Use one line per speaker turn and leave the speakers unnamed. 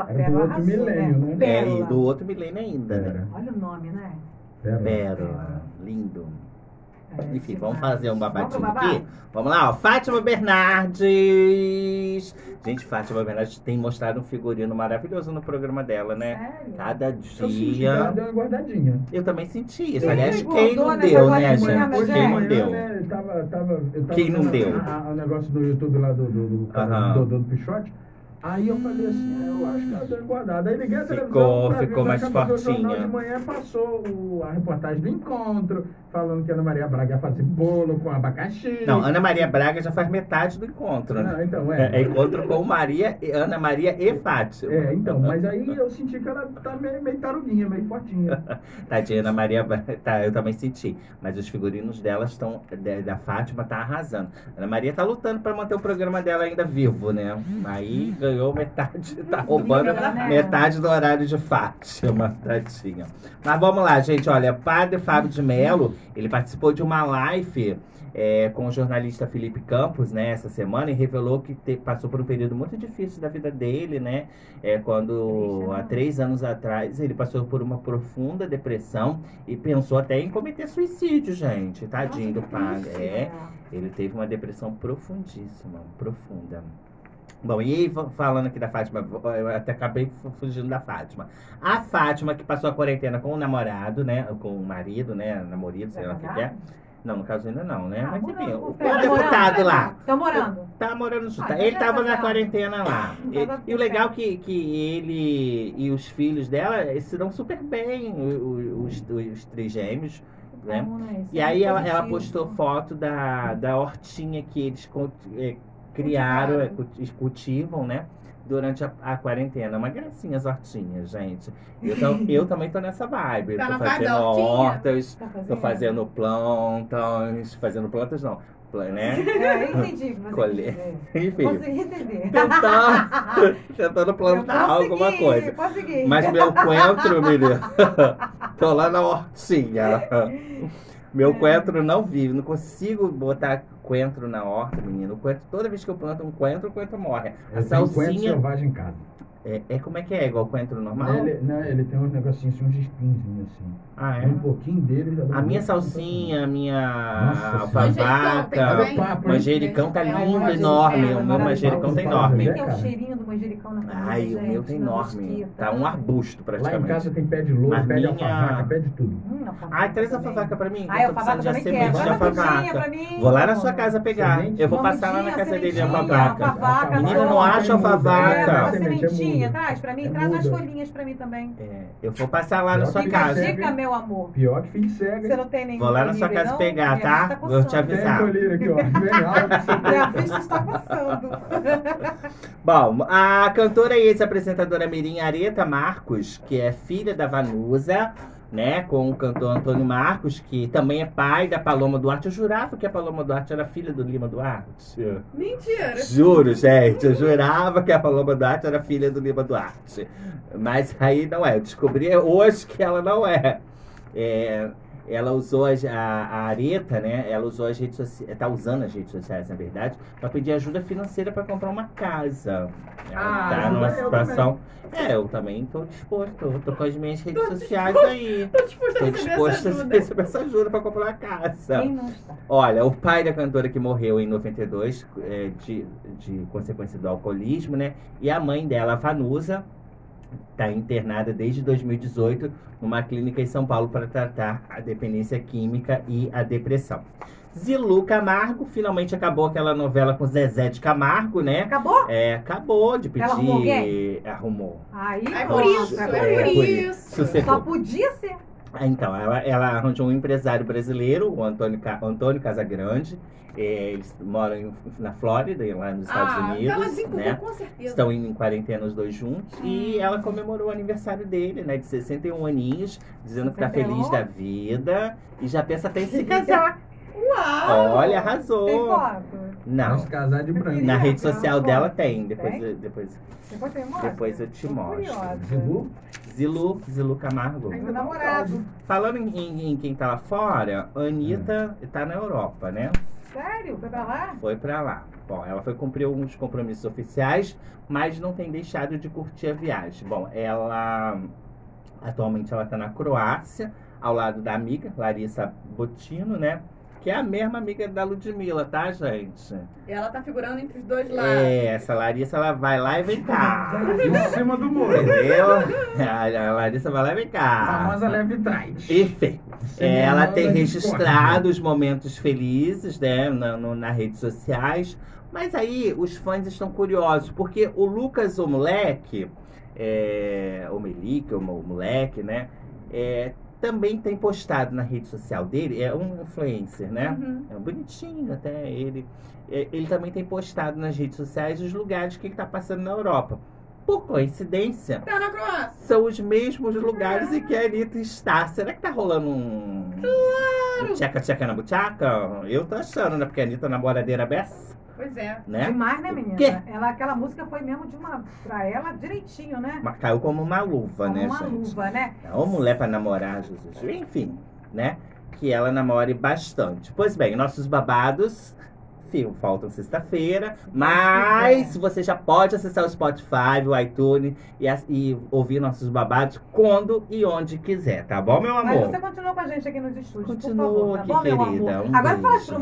Era É do
Pérola
outro
arrasou,
milênio, né?
Pérola.
É, e do outro milênio ainda, né?
Era.
Olha o nome, né?
É,
Pérola.
Pérola. Lindo.
É,
Enfim,
demais.
vamos fazer um babadinho
Vamos pro
aqui? Vamos lá, ó. Fátima Bernardes. Gente, Fátima Bernardes tem mostrado um figurino maravilhoso no programa dela, né?
Sério?
Cada
Eu senti que
dia.
ela deu uma guardadinha.
Eu também senti isso.
Quem
Aliás,
pegou
quem
dona
não
essa
deu, né,
guardinha,
gente?
né,
Quem não
gente?
deu?
Né, eu tava, eu tava, eu tava
Quem não
vendo
deu?
a- a- O negócio do YouTube lá do, do, do,
Aham.
do, do, do Pichote. Aí eu falei assim, eu acho que ela deu guardada. Aí liguei a
Ficou-
televisão. pra ver é
ficou
na
mais
capa do jornal
fortinha.
De manhã passou o- a reportagem do encontro, falando que a Ana Maria Braga ia fazer bolo com abacaxi.
Não, Ana Maria Braga já faz metade do encontro, né?
Ah, então,
É, é
é.
encontro com Maria, Ana Maria e Fátima.
É, então, mas aí eu senti que ela tá meio, meio tarudinha, meio fortinha.
Tadinha, Ana Maria. Tá, eu também senti. Mas os figurinos dela estão. da- Da Fátima tá arrasando. Ana Maria tá lutando pra manter o programa dela ainda vivo, né? Aí ganhou metade, tá roubando
Ela-
metade do horário de Fátima, tadinha. Mas vamos lá, gente. Olha, padre Fábio de Mello, ele participou de uma live é, com o jornalista Felipe Campos, né, essa semana, e revelou que te- passou por um período muito difícil da vida dele, né? É, quando
Triste, né?
há três anos atrás ele passou por uma profunda depressão e pensou até em cometer suicídio, gente. Tadinho do
Nossa, que
padre.
triste,
É.
né?
Ele teve uma depressão profundíssima, profunda. Bom, e aí, fa- falando aqui da Fátima, eu até acabei fu- fugindo da Fátima. A Fátima, que passou a quarentena com o namorado, né? Com o marido, né? Namorado, sei lá o que, que é. Não, no caso ainda não, né?
Ah,
Mas enfim,
morando
o,
com
o
Fernando.
deputado lá.
Estão morando.
Tá morando junto.
Ah,
ele
já
tava
tá
na
lá.
quarentena
Tava
lá. E, e o
com
legal é que, que ele e os filhos dela eh, se dão super bem, o- o- os, os três gêmeos, né?
Então, né, isso
E
é
aí ela,
positivo.
ela postou foto da, da hortinha que eles con- eh, criaram, eh, culti- cultivam, né? Durante a, a quarentena. É Uma gracinha as hortinhas, gente. Eu, tam- eu também tô nessa vibe.
Tá
tô
na vibe da
fazendo
hortinha?
hortas,
Tá
tô fazendo plantas. Fazendo plantas não, pla- né?
É, eu entendi o que você
Colhe-
quis dizer.
Enfim,
Consegui entender.
tentando, tentando plantar
Eu consegui,
alguma coisa.
Consegui. É,
Mas meu coentro, menino, tô lá na hortinha. Meu coentro não vive, não consigo botar coentro na horta, menino. O coentro, toda vez que eu planto um coentro, o coentro morre. A
Eu tenho coentro
salsinha.
É, selvagem em casa.
É, é como é que é? Igual coentro normal?
Ele, não, ele tem uns negocinhos, assim, uns espinhos assim.
Ah,
Um
é?
pouquinho dele já dá
A
um
minha
gosto.
salsinha, a minha
Nossa
Manjericão,
alfavaca.
tem
Papo, hein?
Manjericão tá
É,
lindo,
manjericão,
enorme.
é
O meu manjericão tá enorme.
né,
Tem um
cara?
cheirinho do manjericão na comida,
Ai, o meu tá
gente, na
enorme.
mosquita.
Tá um arbusto
Lá em
praticamente.
casa tem pé de louro,
Mas
pé de
minha-
alfavaca, pé de tudo.
Hum, na família
Ai, traz a
também.
favaca pra mim.
Ai,
eu
a
tô
Ah, favaca
precisando de
também
semente
quero.
de
Manda putinha
alfavaca.
pra mim.
Vou lá na sua casa pegar.
Semente?
Eu vou passar lá na
Mudinha,
casa dele a
é
sementinha,
é babaca.
alfavaca,
Menina, não
alfavaca.
acha alfavaca.
É, uma
Vaca.
Semente é
sementinha,
muda.
traz pra mim,
É
traz umas
muda.
folhinhas pra mim também.
É, eu vou passar lá na
Eu
sua
acho que
Fica a
casa.
serve.
dica, meu amor.
Pior que fim de cega.
Você não tem nenhum
Vou lá na sua
disponível,
casa
não?
pegar,
Minha
tá?
vista
Vou te
coçando.
Tem
avisar.
colírio aqui, ó. Vem alto.
Minha vista está coçando.
Bom, a cantora e ex-apresentadora Mirim Areta Marcos, que é filha da Vanusa, né, com o cantor Antônio Marcos, que também é pai da Paloma Duarte. Eu jurava que a Paloma Duarte era filha do Lima Duarte.
Mentira.
Juro, gente, eu jurava que a Paloma Duarte era filha do Lima Duarte. Mas aí não é. Eu descobri hoje que ela não é. É, ela usou as- a, a Areta, né? Ela usou as redes sociais. Tá usando as redes sociais, na verdade, pra pedir ajuda financeira pra comprar uma casa. Ela
Ah,
tá numa
eu
situação. É, eu também tô disposto. Eu tô com as minhas redes
Tô
sociais aí.
Tô disposto a
Tô
receber
disposto
essa
a
ajuda.
receber essa ajuda pra comprar uma casa.
Quem não está?
Olha, o pai da cantora que morreu em 92 é, de, de consequência do alcoolismo, né? E a mãe dela, a Vanusa, está internada desde 2018 numa clínica em São Paulo para tratar a dependência química e a depressão. Zilu Camargo, finalmente acabou aquela novela com Zezé de Camargo, né?
Acabou?
É, acabou de pedir. é,
Ela arrumou alguém?
Arrumou.
Aí,
É por
nossa,
isso, é por isso.
Sossegou.
Só podia ser.
Ah, Então, ela, ela arranjou um empresário brasileiro, o Antônio, Ca- Antônio Casagrande. Eh, eles moram em- na Flórida, lá nos Estados
Ah,
tá
então ela
Unidos.
desencucou,
né?
com certeza.
Estão indo em quarentena os dois juntos. E
Hum.
ela comemorou o aniversário dele, né? De 61 aninhos, dizendo que tá
61.
feliz da vida. E já pensa até em se casar.
Uau!
Olha,
Tem
arrasou!
foto?
Não.
Mas casar de branco.
Na rede
Tem
social
foto?
dela tem, depois,
Tem?
eu- depois.
Depois você mostra?
Depois eu te
Tô
mostro.
curiosa.
Zilu?
Zilu, Zilu Camargo.
Ai,
Meu namorado.
Falando em, em- em quem tá lá fora, a Anitta tá na Europa, né?
Sério? Foi pra lá?
Foi pra lá. Bom, ela foi cumprir alguns compromissos oficiais, mas não tem deixado de curtir a viagem. Bom, ela atualmente ela está na Croácia, ao lado da amiga Larissa Botino, né? Que é a mesma amiga da Ludmilla, tá, gente?
Ela tá figurando entre os dois lados.
É, essa Larissa ela vai lá e vem cá.
Em cima do muro.
Entendeu? A a Larissa vai lá e vem
A
cá.
famosa Levitite.
Perfeito.
Sem
É, Ela
nada
tem
de
registrado os momentos felizes, né, na, no- nas redes sociais. Mas aí os fãs estão curiosos, porque o Lucas, o moleque, é, o Melique, o mo- moleque, né, é, também tem postado na rede social dele, é um influencer, né?
Uhum.
É bonitinho até ele. É, Ele também tem postado nas redes sociais os lugares que ele está passando na Europa. Por coincidência,
Tá na Croácia.
são os mesmos lugares em que a Anitta está. Será que tá rolando um. Claro! Tcheca, tcheca na buchaca? Eu tô achando, né? Porque a Anitta é namoradeira beça,
Pois é.
né?
Demais, né, menina?
Quê?
Ela, aquela música foi mesmo de uma. pra ela direitinho, né?
Mas Caiu como uma luva,
Como
né,
uma
gente?
luva, né?
É uma mulher pra namorar, Jesus. Enfim, né? Que ela namore bastante. Pois bem, nossos babados. fio, Faltam sexta-feira, mas você já pode acessar o Spotify, o iTunes e, as- e ouvir nossos babados quando e onde quiser, tá bom, meu amor?
Mas você continua com a gente aqui nos estúdios,
Continua,
por favor. Tá bom,
que
meu
querida,
amor?
um
Agora fala
beijo.
as